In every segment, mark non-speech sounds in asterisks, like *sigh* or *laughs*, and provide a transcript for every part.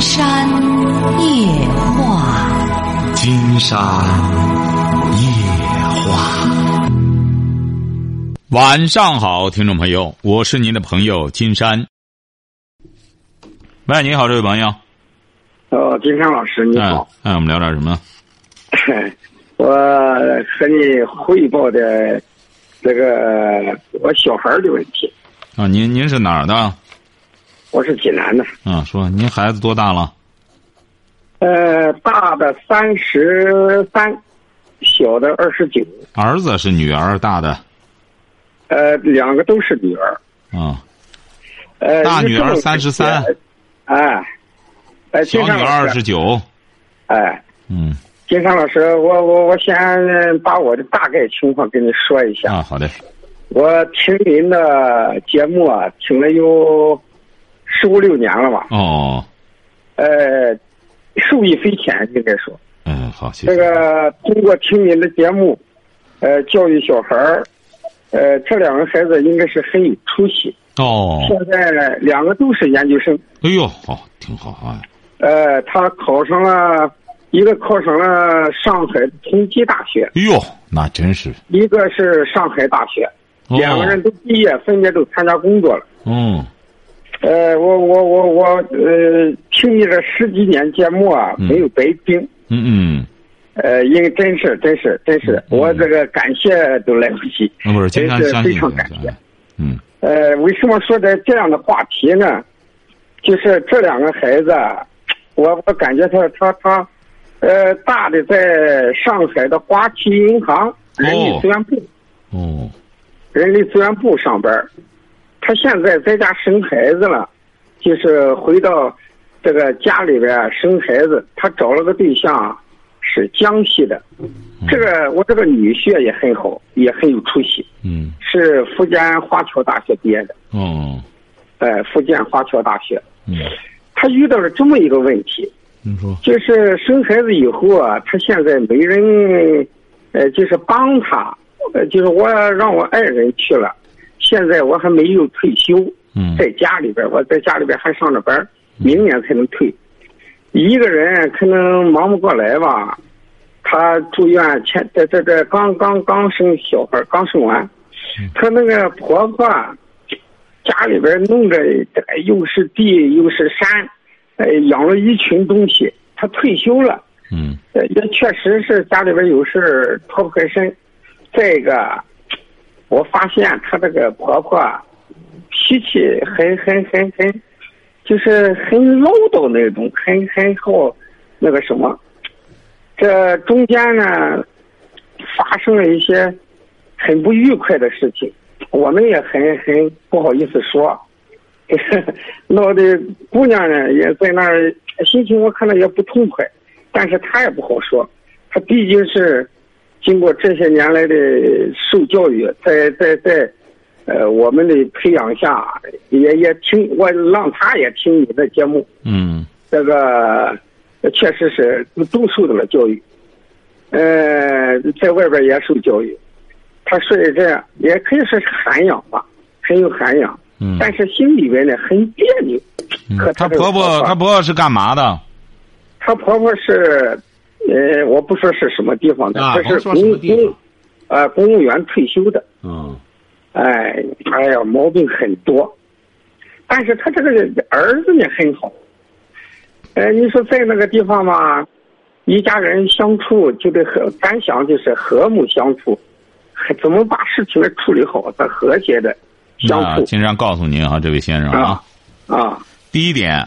山夜话。金山夜话。晚上好，听众朋友，我是您的朋友金山。喂，你好，这位朋友。哦，金山老师你哎好，哎，我们聊点什么？哎 *laughs* 我和你汇报的这个我小孩儿的问题，啊，您您是哪儿的？我是济南的，啊，说您孩子多大了？呃，大的三十三，小的二十九，儿子是女儿大的呃，两个都是女儿，啊，呃，大女儿一个正是33，哎，哎，小金山女儿老二师，十九。哎，嗯金山老师，我我我先把我的大概情况跟你说一下，啊，好的，我听您的节目啊，听了有十五六年了吧。哦，呃，受益匪浅，应该说，嗯，好，谢谢。这个通过听您的节目，呃，教育小孩儿，呃，这两个孩子应该是很有出息。哦，现在两个都是研究生，哎呦，好，挺好啊。呃，他考上了，一个考上了上海同济大学，哎呦，那真是。一个是上海大学，哦两个人都毕业，分别都参加工作了。嗯呃，我我我我，呃，听你这十几年节目啊，嗯没有白听。嗯呃，因为真是真是真是，嗯我这个感谢都来不及。嗯，不是，金山真是相哎非信常你感相谢信嗯呃，为什么说的这样的话题呢？就是这两个孩子啊，我我感觉他他他，呃，大的在上海的华旗银行人力资源部、哦，人力资源部上班儿，他现在在家生孩子了，就是回到这个家里边儿生孩子，他找了个对象，是江西的。这个我这个女婿也很好，也很有出息，嗯是福建华侨大学毕业的，哦，哎、福建华侨大学。嗯，他遇到了这么一个问题，您说，就是生孩子以后啊，他现在没人，呃，就是帮他，呃，就是我让我爱人去了，现在我还没有退休，嗯在家里边儿，我在家里边儿还上着班儿，明年才能退。一个人可能忙不过来吧，他住院前这这这刚刚刚生小孩儿，刚生完，他那个婆婆啊家里边弄着这个又是地又是山，呃，养了一群东西。他退休了，嗯呃也确实是家里边有事儿脱不开身。再一个，我发现她这个婆婆啊脾气很很很很，就是很唠叨那种，很很好那个什么。这中间呢，发生了一些很不愉快的事情，我们也很很不好意思说。 *laughs* 闹的姑娘呢也在那儿，心情我看着也不痛快，但是她也不好说，她毕竟是经过这些年来的受教育，在在在，呃，我们的培养下，也也听我让她也听你的节目，嗯这个呃确实是都受到了教育，呃，在外边也受教育，他说的这样也可以说是涵养吧，很有涵养，嗯，但是心里边呢很别扭。可她这个嗯婆婆，她她婆婆是干嘛的？她婆婆是，呃，我不说是什么地方的，啊她甭是说公什么地方公，呃，公务员退休的，嗯哎，哎呀，毛病很多，但是他这个儿子呢很好，呃，你说在那个地方吧，一家人相处就得和，咱想就是和睦相处，还怎么把事情处理好，咱和谐的相那处金山告诉您啊，这位先生啊啊，啊，第一点，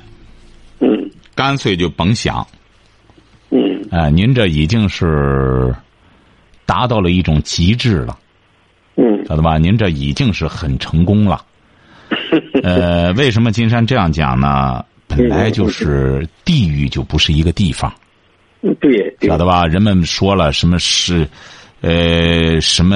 嗯干脆就甭想。嗯哎，您这已经是达到了一种极致了，嗯晓得吧？您这已经是很成功 *laughs* 了。呃，为什么金山这样讲呢？本来就是地域就不是一个地方。嗯，对对晓，得吧？人们说了什么是，呃，什么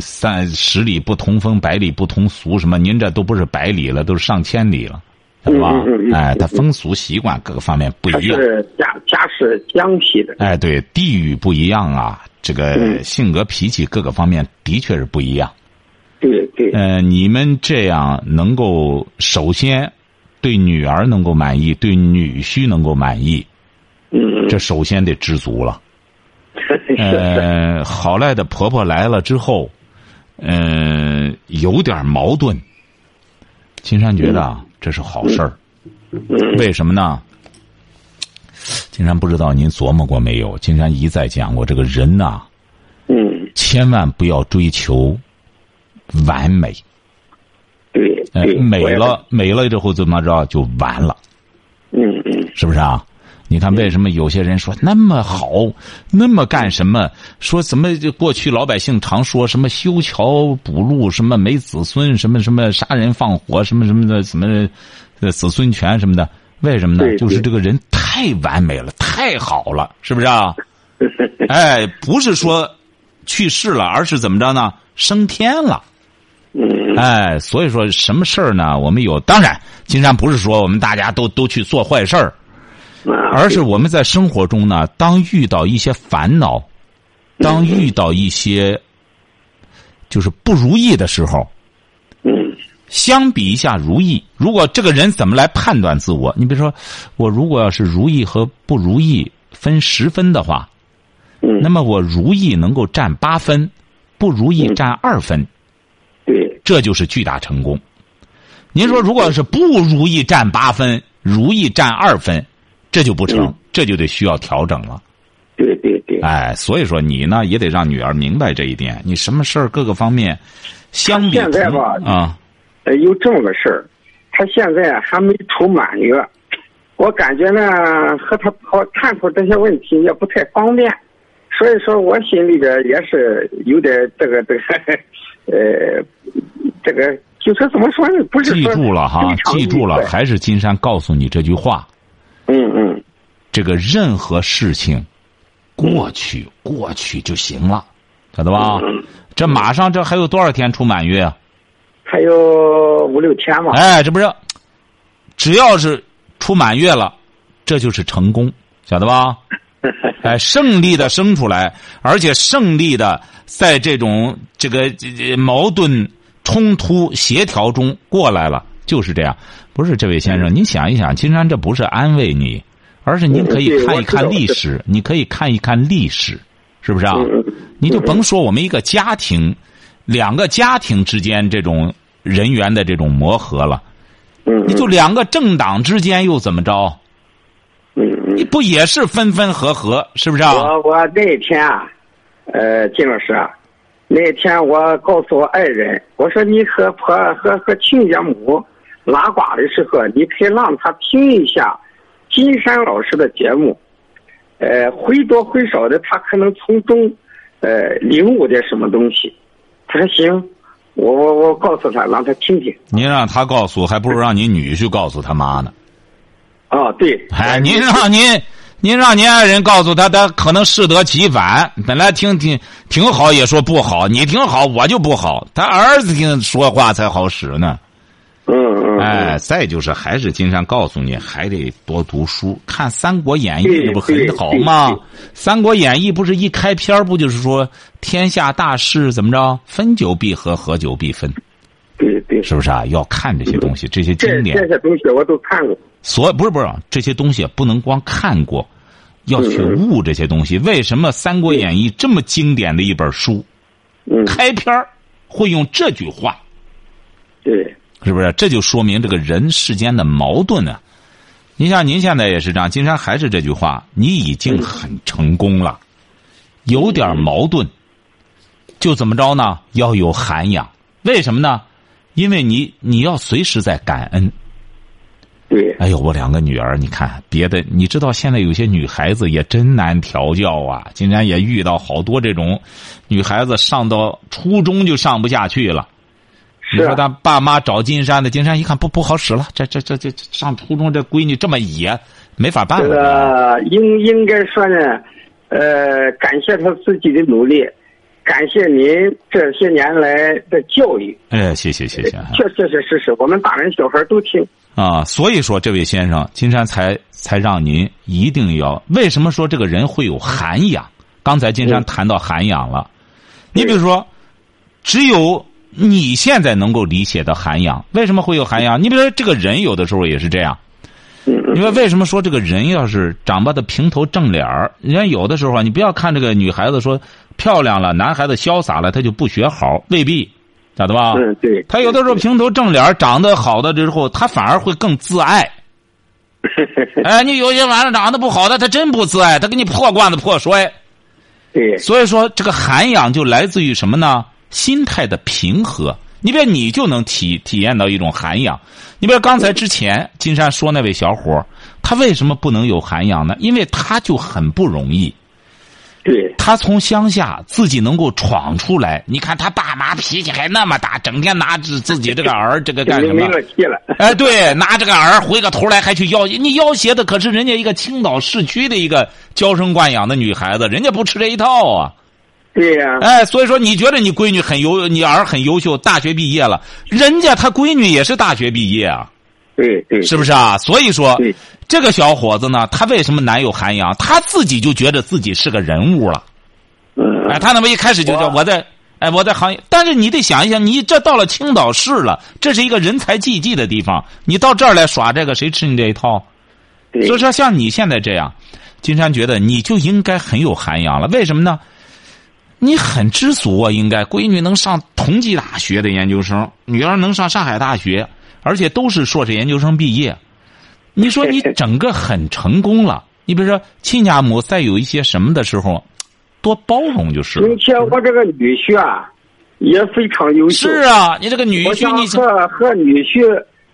三十里不同风，百里不同俗，什么您这都不是百里了，都是上千里了，晓得吧嗯嗯嗯？嗯哎，它风俗习惯各个方面不他一样，是家家是江西的，哎，对，地域不一样啊，这个嗯性格脾气各个方面的确是不一样。嗯对对，呃，你们这样能够首先对女儿能够满意，对女婿能够满意，嗯，这首先得知足了。 *laughs* 是是，呃，好赖的婆婆来了之后，嗯、有点矛盾。金山觉得啊，这是好事儿，嗯为什么呢？金山不知道您琢磨过没有？金山一再讲过，这个人呐、嗯，千万不要追求完美。对呃对，美我也了，美了之后怎么着就完了，嗯嗯是不是啊？你看，为什么有些人说那么好，那么干什么？说什么？就过去老百姓常说什么修桥补路，什么没子孙，什么什么杀人放火，什么什么的，什么呃子孙权什么的？为什么呢？对就是对这个人太完美了，太好了，是不是 *laughs* 啊？哎，不是说去世了，而是怎么着呢？升天了。嗯哎，所以说什么事儿呢？我们有，当然，金山不是说我们大家都都去做坏事儿，嗯啊，而是我们在生活中呢，当遇到一些烦恼，当遇到一些就是不如意的时候，嗯相比一下如意，如果这个人怎么来判断自我？你比如说，我如果要是如意和不如意分十分的话，嗯那么我如意能够占八分，不如嗯意占二分。对，这就是巨大成功。您嗯说，如果是不如意占八分，如意占二分，这就不成嗯，这就得需要调整了。对对对，哎，所以说你呢，也得让女儿明白这一点。你什么事儿各个方面，相比现在同吧啊，呃，有这么个事儿，他现在啊还没出满月，我感觉呢和他讨探讨这些问题也不太方便，所以说我心里边也是有点这个这 *laughs* 个，呃，这个就是怎么说呢？不是记说住了哈非，常记住愉了，快还是金山告诉你这句话：嗯嗯这个任何事情，过去过去就行了，晓得吧？嗯，这马上这还有多少天出满月啊？还有五六天嘛，哎，这不是，只要是出满月了，这就是成功，晓得 *laughs* 吧？哎，胜利的生出来，而且胜利的在这种这个这这矛盾、冲突、协调中过来了，就是这样。不是这位先嗯生，您想一想，金山这不是安慰你，而是您可以嗯对看我一知道看历我知道史，你可以看一看历史，是不是啊？嗯嗯你就甭说我们一个家庭，两个家庭之间这种人员的这种磨合了，嗯你就两个政党之间又怎么着？嗯嗯。你不也是分分合合，是不是啊？我我那天啊，呃，金老师啊，那天我告诉我爱人，我说你和婆和和亲家母拉呱的时候，你可以让他听一下金山老师的节目，呃，会多会少的，他可能从中呃领悟点什么东西。他说行，我我我告诉他，让他听听。您让他告诉，还不如让您女婿告诉他妈呢。啊，对，哎，您让您您让您爱人告诉他，他可能适得其反。本来听挺挺好，也说不好，你挺好，我就不好。他儿子听说话才好使呢。嗯嗯，嗯哎，，再就是还是金山告诉你，还得多读书，看《三国演义》对这不很好吗？对《对三国演义》不是一开篇儿不就是说天下大事怎么着，分久必合，合久必分，对对，是不是啊？要看这些东西，这些这经典这，些东西我都看过。所不是不是这些东西不能光看过，要去悟这些东西。为什么《三国演义》这么经典的一本书，嗯，开篇儿会用这句话？对，是不是？这就说明这个人世间的矛盾啊。您像您现在也是这样，金山还是这句话，你已经很成功了，有点矛盾，就怎么着呢？要有涵养，为什么呢？因为你你要随时在感恩。对，哎呦，我两个女儿，你看别的，你知道现在有些女孩子也真难调教啊。金山也遇到好多这种女孩子，上到初中就上不下去了。你是说啊，他爸妈找金山的，金山一看不不好使了，这这这这这上初中这闺女这么野，没法 *laughs* 办这了。个应应该说呢，呃，感谢他自己的努力，感谢您这些年来的教育，哎，谢谢谢谢啊确确确实实，我们大人小孩都听。啊！所以说，这位先生，金山才才让您一定要。为什么说这个人会有涵养？刚才金山嗯谈到涵养了，你比如说，只有你现在能够理解的涵养，为什么会有涵养？你比如说，这个人有的时候也是这样。嗯 *laughs* 你说为什么说这个人要是长把的平头正脸儿？人家有的时候啊，你不要看这个女孩子说漂亮了，男孩子潇洒了，他就不学好，未必，咋的吧？嗯，对。啊他有的时候平头正脸儿，长得好的之后，他反而会更自爱。哎，你有些玩意儿长得不好的，他真不自爱，他给你破罐子破摔。 *laughs* 对，所以说，这个涵养就来自于什么呢？心态的平和。你比如你就能体体验到一种涵养。你比如刚才之前金山说那位小伙儿，他为什么不能有涵养呢？因为他就很不容易。对，他从乡下自己能够闯出来，你看他爸妈脾气还那么大，整天拿着自己这个儿这个干没什没么？乐气了。哎，对，拿这个儿回个头来还去要你要挟的可是人家一个青岛市区的一个娇生惯养的女孩子，人家不吃这一套啊。对呀、哎，所以说你觉得你闺女很优，你儿很优秀，大学毕业了，人家他闺女也是大学毕业啊，对对，是不是啊？所以说对，这个小伙子呢，他为什么难有涵养？他自己就觉得自己是个人物了。嗯，哎，他那么一开始就叫哇我在，哎，我在行业，但是你得想一想，你这到了青岛市了，这是一个人才济济的地方，你到这儿来耍这个，谁吃你这一套？对所以说，像你现在这样，金山觉得你就应该很有涵养了。为什么呢？你很知足啊，应该闺女能上同济大学的研究生，女儿能上上海大学，而且都是硕士研究生毕业。你说你整个很成功了。你比如说，亲家母在有一些什么的时候，多包容就是了而。且我这个女婿啊，也非常优秀。是啊，你这个女我婿，想你和和女婿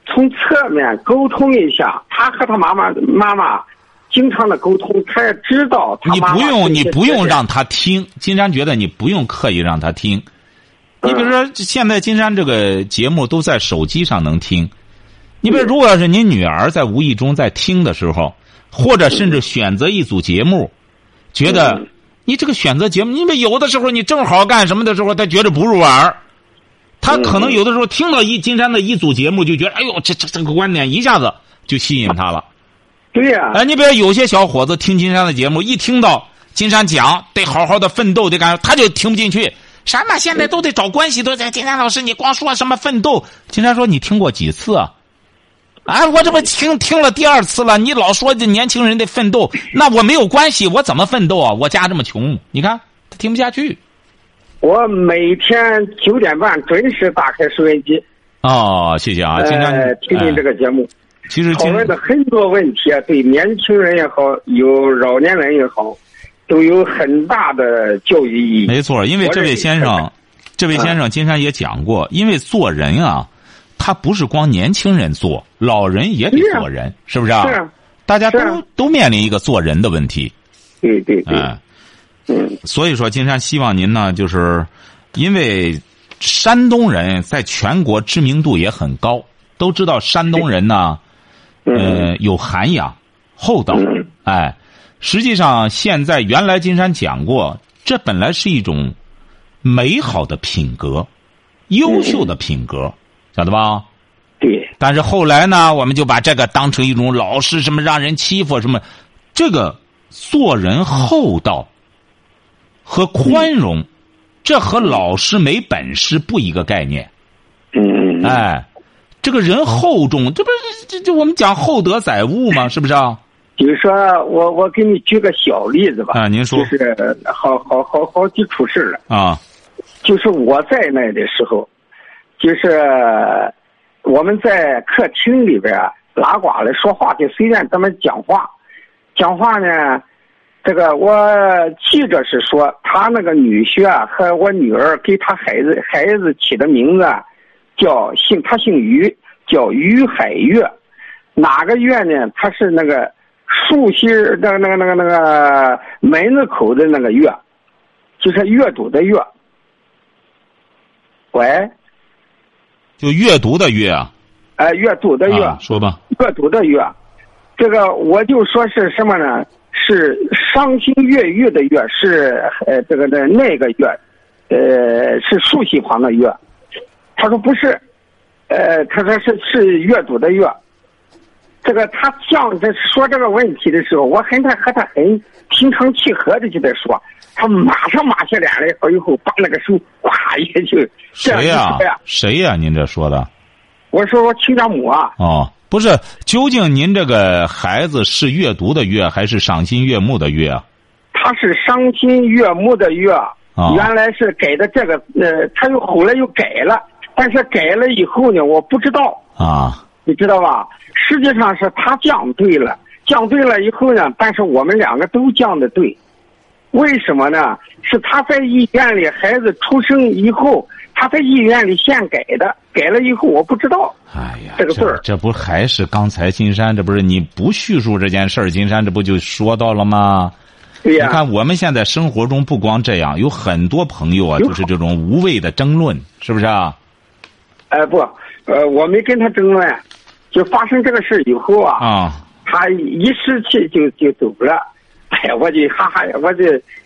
从侧面沟通一下，他和他妈妈妈妈经常的沟通，他也知道他你妈妈不用，这些你不用缺点嗯让他听。金山觉得你不用刻意让他听。嗯你比如说，现在金山这个节目都在手机上能听。你比如，如果要是您女儿在无意中在听的时候，或者甚至选择一组节目，觉得嗯你这个选择节目，因为有的时候你正好干什么的时候，他觉得不入耳儿。他可能有的时候听到一金山的一组节目，就觉得哎呦，这这这个观点一下子就吸引他了。对呀、哎，你比如有些小伙子听金山的节目，一听到金山讲得好好的奋斗，得干，他就听不进去。什么现在都得找关系，都在金山老师，你光说什么奋斗？金山说你听过几次啊？哎，我这不听听了第二次了。你老说这年轻人得奋斗，那我没有关系，我怎么奋斗啊？我家这么穷，你看他听不下去。我每天九点半准时打开收音机，哦，谢谢啊，金山。呃，听哎听这个节目，其实讨金论的很多问题啊，对年轻人也好，有老年人也好，都有很大的教育意义。没错，因为这位先生，这位先生金山也讲过，因为做人啊，他不是光年轻人做，老人也得是啊做人，是不是啊？是啊，大家都、是啊都面临一个做人的问题，对对对，哎，嗯，所以说金山希望您呢，就是因为山东人在全国知名度也很高，都知道山东人呢，嗯呃，有涵养、厚道，嗯哎，实际上现在原来金山讲过，这本来是一种美好的品格，优秀的品格，晓得吧？对，但是后来呢，我们就把这个当成一种老是什么让人欺负什么，这个做人厚道和宽容，这和老师没本事不一个概念。嗯嗯，哎，这个人厚重，这不是这这我们讲厚德载物嘛，是不是啊？比如说我我给你举个小例子吧，啊，您说就是好好好好几出事了。啊，就是我在那的时候，就是我们在客厅里边啊拉呱了说话，就随便咱们讲话，讲话呢，这个我记着是说他那个女婿啊和我女儿给他孩子孩子起的名字啊叫姓他姓于，叫于海月，哪个月呢？他是那个竖心儿那个那个那个那个门字口的那个月，就是阅读的阅。喂，就阅读的阅啊，哎、阅读的阅，啊说吧，阅读的阅，这个我就说是什么呢？是伤心越狱的越，是呃这个的那个越，呃是竖心旁的越。他说不是，呃，他说是是阅读的阅。这个他讲这说这个问题的时候，我很他和他很平常气和的就在说，他马上马起脸来以后，以后把那个手咵也就这样谁一呀拍呀？谁呀？您这说的我说我亲家母啊，哦，不是？究竟您这个孩子是阅读的阅，还是赏心悦目的悦啊？他是伤心悦目的悦，哦原来是给的这个呃，他又后来又改了，但是改了以后呢，我不知道，啊，你知道吧？实际上是他降对了，降对了以后呢，但是我们两个都降的对，为什么呢？是他在医院里孩子出生以后，他在医院里现改的，改了以后我不知道。哎呀，这个字儿这不还是刚才金山？这不是你不叙述这件事儿，金山这不就说到了吗？对呀、你看，我们现在生活中不光这样，有很多朋友啊，有就是这种无谓的争论，是不是啊？哎、不，呃，我没跟他争论，就发生这个事以后啊，啊，他一生气就就走了，哎呀，我就哈哈，我就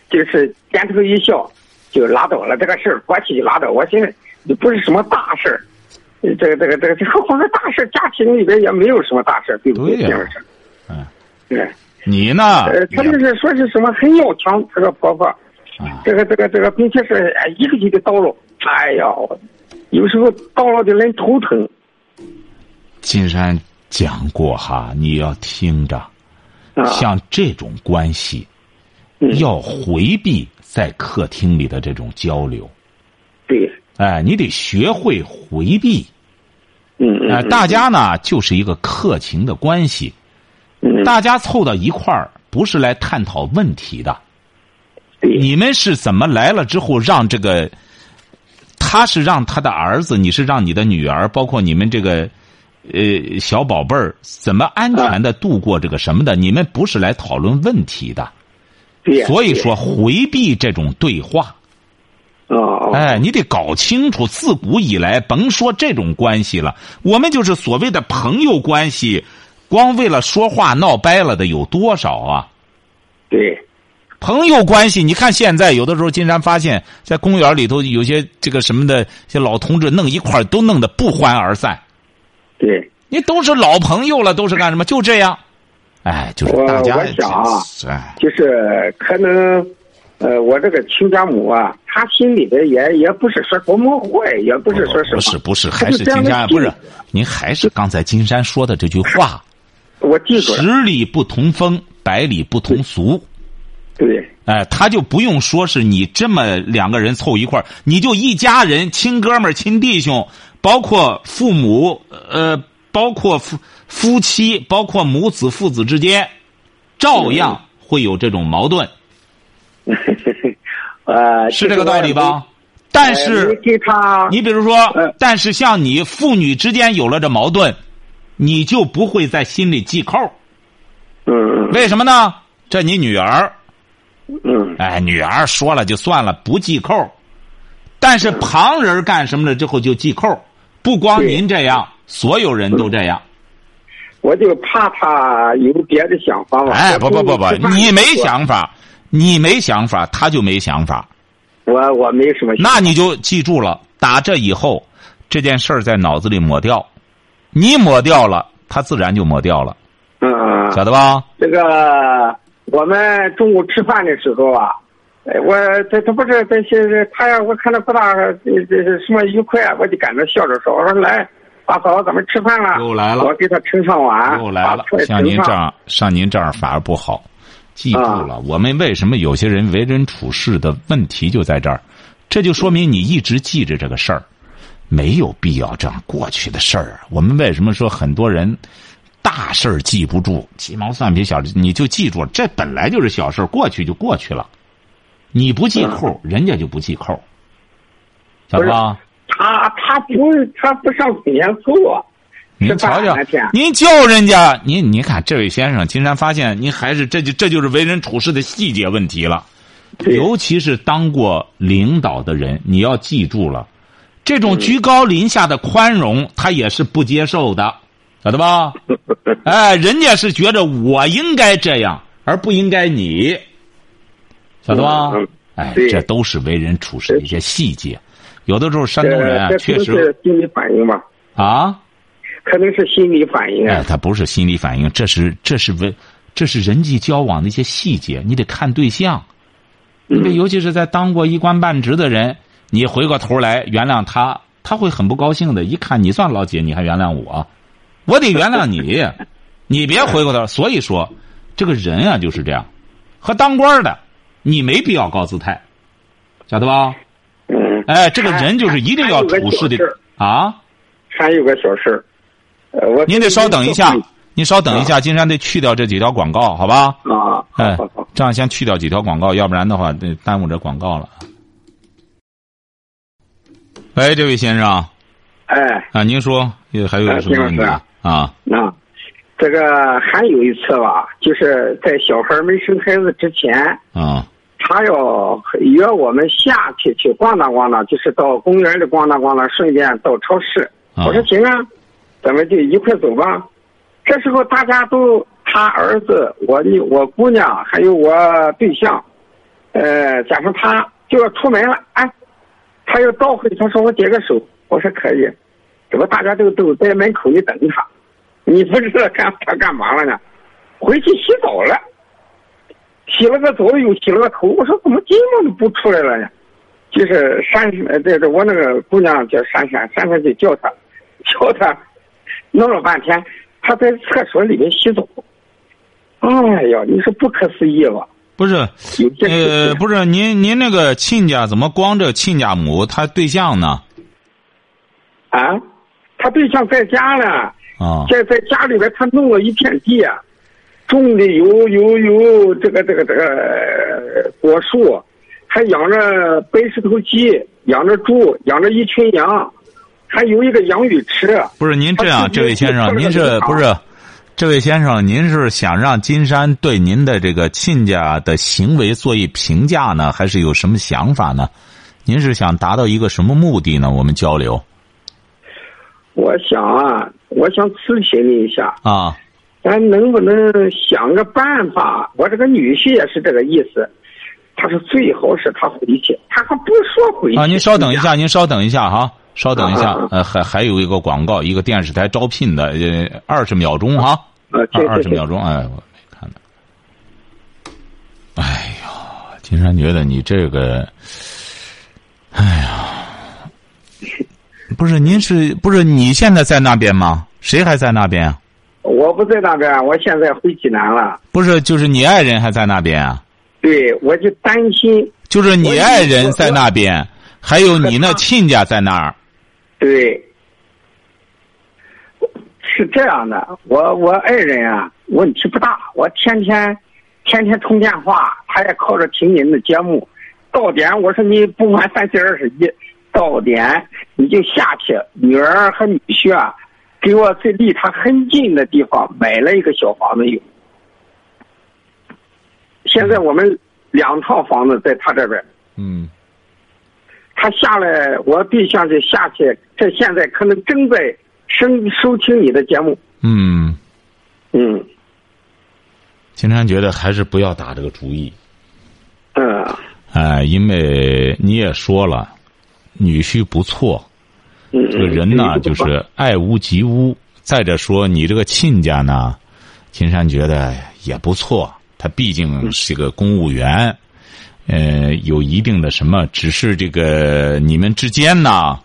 就是点头一笑，就拉倒了这个事儿，过去就拉倒。我寻思也不是什么大事儿，呃这个这个这个这个我说大事儿，家庭里边也没有什么大事儿，对不对？对呀这样事儿嗯，对，你呢？呃，他就是说是什么很要强，这个婆婆，啊这个这个这个，并且是哎一个劲的叨叨，哎呀，有时候叨叨的人头疼。金山讲过哈，你要听着，啊，像这种关系，嗯要回避在客厅里的这种交流。对，哎，你得学会回避。嗯嗯哎，大家呢就是一个客情的关系，嗯，大家凑到一块儿不是来探讨问题的。对你们是怎么来了之后让这个？他是让他的儿子，你是让你的女儿，包括你们这个，呃，小宝贝儿，怎么安全啊的度过这个什么的？你们不是来讨论问题的，对呀，所以对呀说回避这种对话。哦，哦哎，你得搞清楚，自古以来，甭说这种关系了，我们就是所谓的朋友关系，光为了说话闹掰了的有多少啊？对。朋友关系，你看现在有的时候，金山发现，在公园里头有些这个什么的，些老同志弄一块儿都弄得不欢而散。对，你都是老朋友了，都是干什么？就这样，哎，就是我大家我想啊这哎，就是可能，呃，我这个亲家母啊，她心里边也也不是说多么坏，也不是说哦什不么，是不是，他还就是这样金的山性不是格，您还是刚才金山说的这句话：我记住了，十里不同风，百里不同俗。对 *laughs* 哎，他就不用说是你这么两个人凑一块儿你就一家人，亲哥们儿、亲弟兄，包括父母，呃，包括夫夫妻，包括母子、父子之间，照样会有这种矛盾，，呃，是这个道理吧？但其实我也没？呃是没给他， *laughs* 你比如说嗯，但是像你父女之间有了这矛盾，你就不会在心里系扣儿，嗯为什么呢？这你女儿嗯哎，女儿说了就算了，不系扣。但是旁人干什么了之后就系扣，不光对您这样，所有人都这样。我就怕他有别的想法嘛。哎，不不不不我，怕你没，想法，你没想法，他就没想法。我我没什么想法，那你就记住了，打这以后，这件事儿在脑子里抹掉，你抹掉了，他自然就抹掉了，嗯嗯，晓得吧？这个我们中午吃饭的时候啊，哎，我他他不是这些他呀，我看他不大这这什么愉快，啊我就赶着笑着说，我说来，大嫂，咱们吃饭了，又来了我给他盛上碗，又来了把，菜像您盛这上，样，像您这样反而不好。记住了，啊我们为什么有些人为人处事的问题就在这儿，这就说明你一直记着这个事儿，没有必要这样过去的事儿啊。我们为什么说很多人大事儿记不住，鸡毛蒜皮小事你就记住，这本来就是小事儿，过去就过去了。你不记扣，人家就不记扣，晓嗯不得是吧？他他不他不上嘴前凑啊，您吃嗯瞧饭瞧那天，您叫人家，您您看这位先生，金山发现您还是这就这就是为人处事的细节问题了，对尤其是当过领导的人，你要记住了，这嗯种居高临下的宽容，他也是不接受的，晓得 *laughs* 吧？哎，人家是觉着我应该这样，而不应该你，晓得吧嗯嗯？哎，对这都是为人处事的一些细节，有的时候山呃这东人啊这确都实是心理反应嘛。啊。可能是心理反应哎啊，。它不是心理反应，这是这是为这是人际交往的一些细节，你得看对象。嗯你这尤其是在当过一官半职的人，你回过头来原谅他，他会很不高兴的。一看你算老姐，你还原谅我，我得原谅 *laughs* 你，你别回过头。所以说，这个人啊就是这样，和当官的你没必要高姿态，晓得吧？嗯，哎，这个人就是一定要还有个处事的小事啊。还有个小事儿，呃，我您得稍等一下，您稍等一下，啊金山得去掉这几条广告，好吧？啊，好哎好好。，这样先去掉几条广告，要不然的话，这耽误这广告了。喂，这位先生啊，哎，啊您说有还有哎什么问题金老师啊？那这个还有一次吧，就是在小孩没生孩子之前，啊他要约我们下去去逛荡逛荡，就是到公园里逛荡逛荡，顺便到超市。啊我说行啊，咱们就一块走吧。这时候大家都，他儿子、我女、我姑娘，还有我对象，呃，假如他就要出门了，哎，他要倒回去，他说我解个手，我说可以，怎么大家都都在门口里等他，你不知道干他干嘛了呢？回去洗澡了，洗了个澡又洗了个头，我说怎么今晚都不出来了呢？就是珊珊，呃这这我那个姑娘叫珊珊，珊珊就叫她，叫她，弄了半天，她在厕所里面洗澡。哎呀，你说不可思议吧？不是，有这呃，不是，您您那个亲家怎么光这亲家母他对象呢？啊，他对象在家呢，啊在在家里边他弄了一片地，啊，种的有有有这个这个这个呃果树，还养着背石头鸡，养着猪，养着一群羊，还有一个养鱼池。不是您这样，他这位先生，自己您是自己不是？这位先生，您是想让金山对您的这个亲家的行为做一评价呢，还是有什么想法呢？您是想达到一个什么目的呢？我们交流我想啊，我想咨询你一下，啊，咱能不能想个办法？我这个女婿也是这个意思，他说最好是他回去，他还不说回去啊，您稍等一下，您稍等一下哈，稍等一下啊啊啊，呃，还还有一个广告，一个电视台招聘的，呃，二十秒钟哈，啊，二对二对十对秒钟，哎，我没看到。哎呀，金山觉得你这个，哎呀，不是您是不是你现在在那边吗？谁还在那边啊？我不在那边，我现在回济南了。不是，就是你爱人还在那边啊？对，我就担心，就是我你已爱经人我在我那边，还有你那他亲家在那儿。对，是这样的，我我爱人啊，问题不大，我天天天天通电话，他也靠着听您的节目，到点我说你不管三七二十一，到点你就下去，女儿和女婿啊，给我最离他很近的地方买了一个小房子用。现在我们两套房子在他这边，嗯，他下来，我对象就下去，这现在可能正在收收听你的节目。嗯，嗯金山觉得还是不要打这个主意。嗯哎，因为你也说了，女婿不错，嗯，这个人呢，就是爱屋及乌。再者说，你这个亲家呢，金山觉得也不错，他毕竟是个公务员，呃，有一定的什么，只是这个你们之间呢，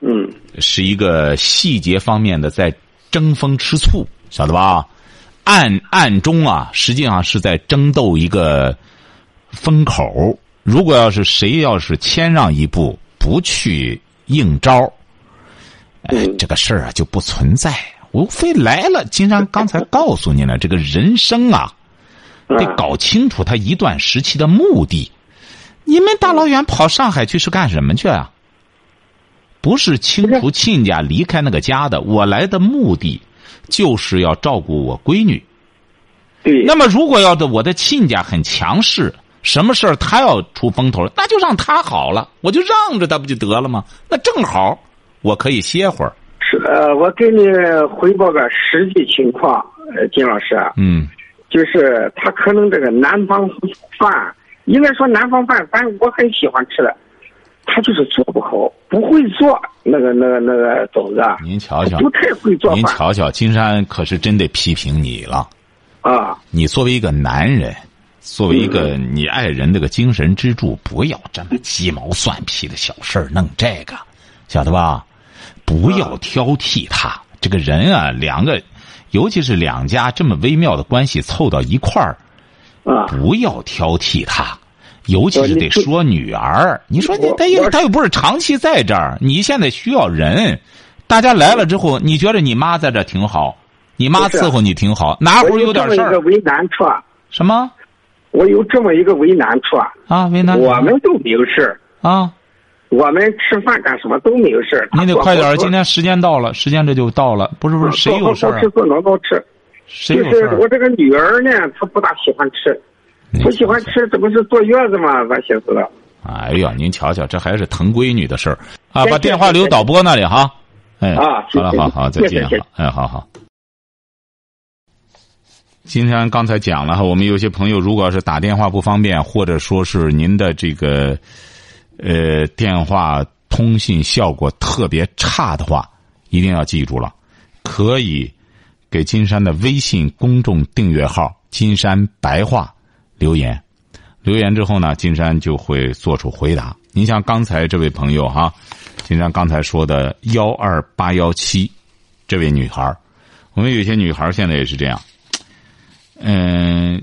嗯是一个细节方面的在争风吃醋，晓得吧？暗暗中啊，实际上是在争斗一个风口。如果要是谁要是谦让一步，不去应招，哎，嗯这个事儿啊就不存在。无非来了，金山刚才告诉你了，这个人生啊，嗯得搞清楚他一段时期的目的。你们大老远跑上海去是干什么去啊？不是清除亲家离开那个家的，我来的目的就是要照顾我闺女。对，那么，如果要的我的亲家很强势，什么事儿他要出风头，那就让他好了，我就让着他不就得了吗？那正好，我可以歇会儿。是呃，我给你汇报个实际情况，呃，金老师啊，嗯就是他可能这个南方饭，应该说南方饭，反正我很喜欢吃的，他就是做不好，不会做那个那个那个肘子，啊您瞧瞧，不太会做您饭瞧瞧，金山可是真得批评你了。啊。你作为一个男人，作为一个嗯你爱人这个精神支柱，不要这么鸡毛蒜皮的小事儿弄这个，晓得吧？不嗯要挑剔他这个人啊，两个，尤其是两家这么微妙的关系凑到一块儿，啊，不要挑剔他，尤其我是呃你得说说女儿。你说你我他我又是他又不是长期在这儿，你现在需要人。大家来了之后，你觉得你妈在这儿挺好，你妈不是啊伺候你挺好，哪我会儿有有这点么一事个儿为难处啊，什么我有这么一个为难处啊，啊？为难我们都没有事儿啊，我们吃饭干什么都没有事儿你得快点儿，他做今天时间到了，时间这就到了，不是不是，谁有事儿啊吃？做能够吃，谁就有事是儿啊我？这个女儿呢，她不大喜欢吃，您不喜欢瞧瞧吃，这不是坐月子嘛？我寻思了，哎呀，您瞧瞧，这还是疼闺女的事儿啊！谢谢把电话留导播那里哈。哎，啊好了，谢谢好好，再谢谢见谢谢哈。哎，好好。今天刚才讲了哈，我们有些朋友如果要是打电话不方便，或者说是您的这个呃电话通信效果特别差的话，一定要记住了，可以给金山的微信公众订阅号“金山白话”留言。留言之后呢，金山就会做出回答。您像刚才这位朋友哈，金山刚才说的幺二八幺七，这位女孩儿我们有些女孩儿现在也是这样，嗯、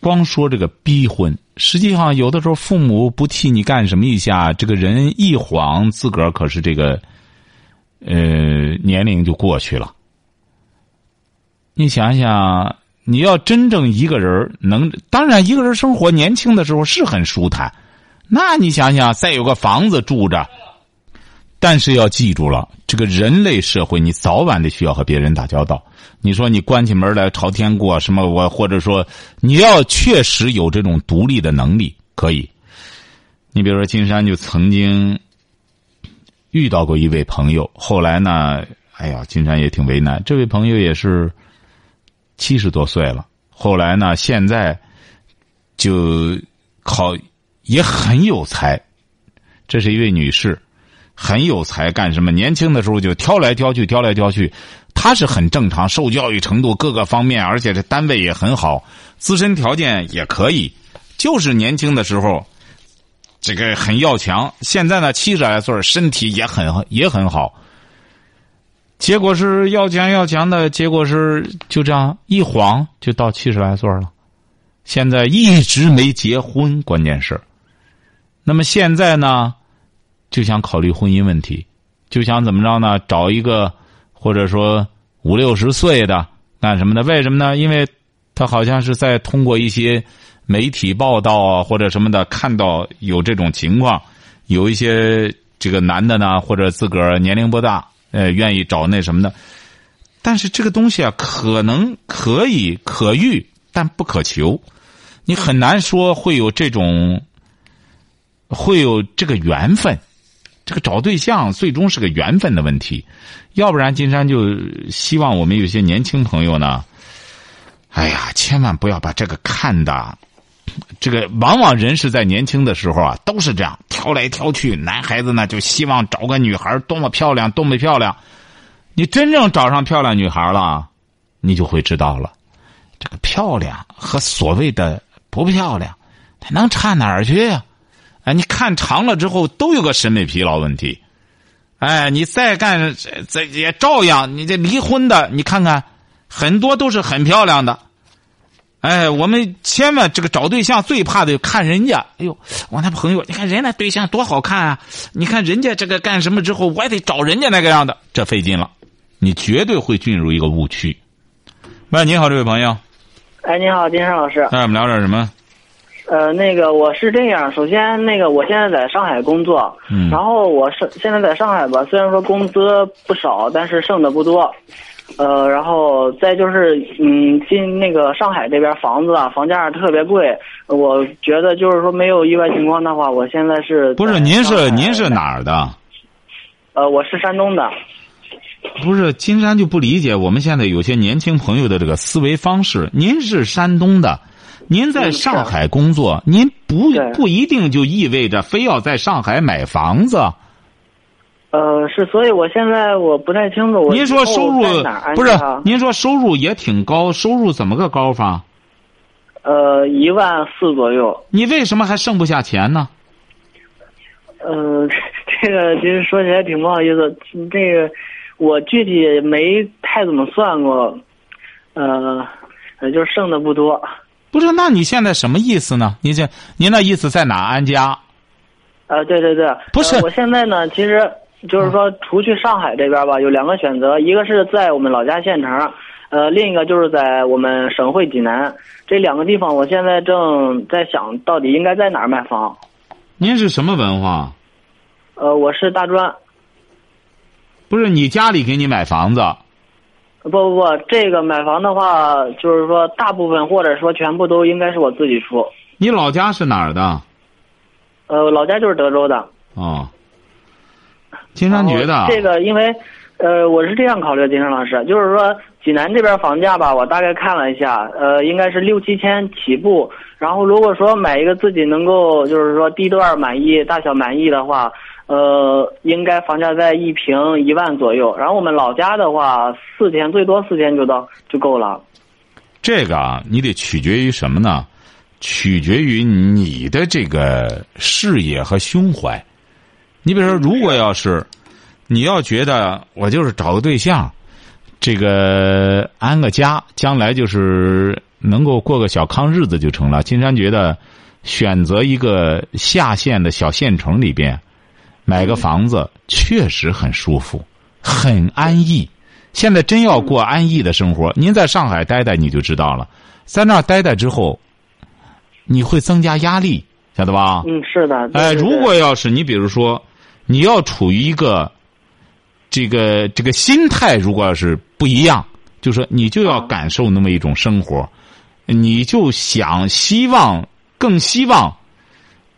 光说这个逼婚，实际上有的时候父母不替你干什么一下，这个人一晃，自个儿可是这个，呃，年龄就过去了。你想想，你要真正一个人儿能，当然一个人生活年轻的时候是很舒坦，那你想想，再有个房子住着，但是要记住了，这个人类社会，你早晚得需要和别人打交道。你说你关起门来朝天过什么我，或者说你要确实有这种独立的能力，可以。你比如说，金山就曾经遇到过一位朋友，后来呢，哎呀，金山也挺为难。这位朋友也是七十多岁了，后来呢，现在就考也很有才，这是一位女士，很有才，干什么？年轻的时候就挑来挑去，挑来挑去，她是很正常，受教育程度各个方面，而且这单位也很好，自身条件也可以，就是年轻的时候。这个很要强，现在呢，七十来岁儿，身体也很也很好。结果是要强要强的，结果是就这样一晃就到七十来岁儿了，现在一直没结婚，关键是。那么现在呢，就想考虑婚姻问题，就想怎么着呢？找一个或者说五六十岁的干什么的？为什么呢？因为他好像是在通过一些媒体报道啊或者什么的，看到有这种情况，有一些这个男的呢，或者自个儿年龄不大，呃，愿意找那什么的。但是这个东西啊，可能可以可遇，但不可求。你很难说会有这种，会有这个缘分。这个找对象最终是个缘分的问题，要不然金山就希望我们有些年轻朋友呢，哎呀，千万不要把这个看的，这个往往人是在年轻的时候啊，都是这样挑来挑去。男孩子呢，就希望找个女孩儿多么漂亮，多么漂亮。你真正找上漂亮女孩了，你就会知道了，这个漂亮和所谓的不漂亮，它能差哪儿去呀、哎，你看长了之后都有个审美疲劳问题。哎，你再干，这也照样，你这离婚的，你看看，很多都是很漂亮的。哎，我们千万这个找对象最怕的就看人家。哎呦，我那朋友，你看人家对象多好看啊！你看人家这个干什么之后，我也得找人家那个样的，这费劲了。你绝对会进入一个误区。喂，你好，这位朋友，哎，你好，金山老师。哎，我们聊点什么？呃，那个我是这样，首先那个我现在在上海工作，嗯然后我是现在在上海吧，虽然说工资不少，但是剩的不多。呃，然后再就是，嗯，进那个上海这边房子啊，房价特别贵。我觉得就是说没有意外情况的话，我现在是不是，在您上海是您是？哪儿的？呃，我是山东的。不是，金山就不理解我们现在有些年轻朋友的这个思维方式。您是山东的，您在上海工作，您不嗯对不一定就意味着非要在上海买房子。呃，是，所以我现在我不太清楚我您说以后收入在哪儿安不是置它？您说收入也挺高，收入怎么个高法？呃一万四左右。你为什么还剩不下钱呢？呃，这个其实说起来挺不好意思，这个我具体也没太怎么算过，呃，呃就是剩的不多。不是，那你现在什么意思呢？您这您那意思在哪安家？呃，对对对，不是嗯呃我现在呢，其实就是说，除去上海这边吧，有两个选择，一个是在我们老家县城，呃，另一个就是在我们省会济南这两个地方，我现在正在想到底应该在哪儿买房。您是什么文化？呃，我是大专，不是你家里给你买房子，不不不，这个买房的话，就是说大部分或者说全部都应该是我自己出。你老家是哪儿的？呃，老家就是德州的。哦，金山啊然局后的。哦这个，因为呃，我是这样考虑的，金山老师，就是说济南这边房价吧，我大概看了一下，呃，应该是六七千起步。然后如果说买一个自己能够就是说地段满意、大小满意的话，呃，应该房价在一平一万左右。然后我们老家的话，四千最多四千就到就够了。这个啊，你得取决于什么呢？取决于你的这个视野和胸怀。你比如说，如果要是你要觉得我就是找个对象，这个安个家，将来就是能够过个小康日子就成了。金山觉得，选择一个下县的小县城里边买个房子，确实很舒服，很安逸。现在真要过安逸的生活，您在上海待待你就知道了，在那儿待待之后，你会增加压力，晓得吧？嗯，是的。对哎，对对如果要是你比如说，你要处于一个这个这个心态，如果要是不一样，就说你就要感受那么一种生活，你就想希望更希望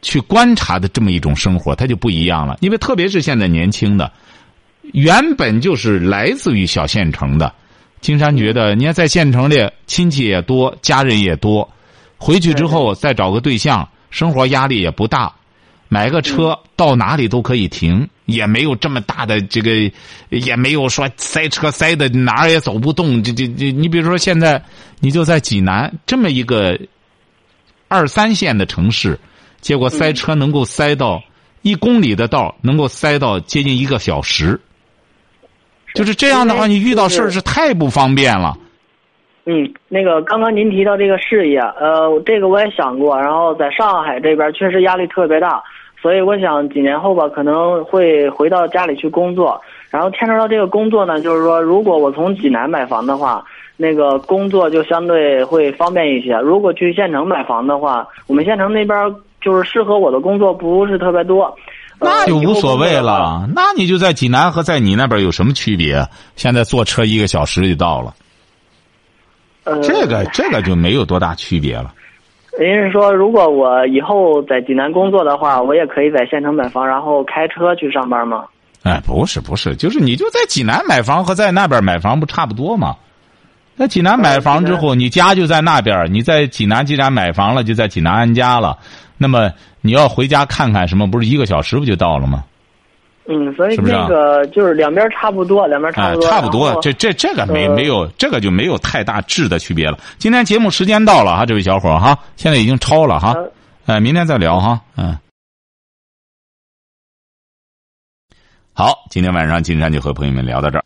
去观察的这么一种生活，它就不一样了。因为特别是现在年轻的，原本就是来自于小县城的，金山觉得，你看在县城里亲戚也多，家人也多，回去之后再找个对象，生活压力也不大，买个车嗯到哪里都可以停，也没有这么大的这个，也没有说塞车塞的哪儿也走不动。这这这，你比如说现在你就在济南这么一个二三线的城市，结果嗯塞车能够塞到一公里的道，能够塞到接近一个小时。就是这样的话，因为你遇到就事儿是是太不方便了。嗯，那个刚刚您提到这个事业，呃，这个我也想过，然后在上海这边确实压力特别大，所以我想几年后吧，可能会回到家里去工作。然后牵扯到这个工作呢，就是说，如果我从济南买房的话，那个工作就相对会方便一些；如果去县城买房的话，我们县城那边就是适合我的工作不是特别多。那呃就无所谓。以后工作的话了。那你就在济南和在你那边有什么区别？啊现在坐车一个小时就到了，呃，这个这个就没有多大区别了。您是说，如果我以后在济南工作的话，我也可以在县城买房，然后开车去上班吗？哎，不是不是，就是你就在济南买房和在那边买房不差不多吗？在济南买房之后，你家就在那边，你在济南既然买房了，就在济南安家了。那么你要回家看看什么，不是一个小时不就到了吗？嗯，所以是不是啊那个就是两边差不多，两边差哎不，多，呃差不多，这这这个没没有，这个就没有太大质的区别了。今天节目时间到了哈，这位小伙儿哈，现在已经超了哈然后。呃哎，明天再聊哈，嗯。好，今天晚上金山就和朋友们聊到这儿。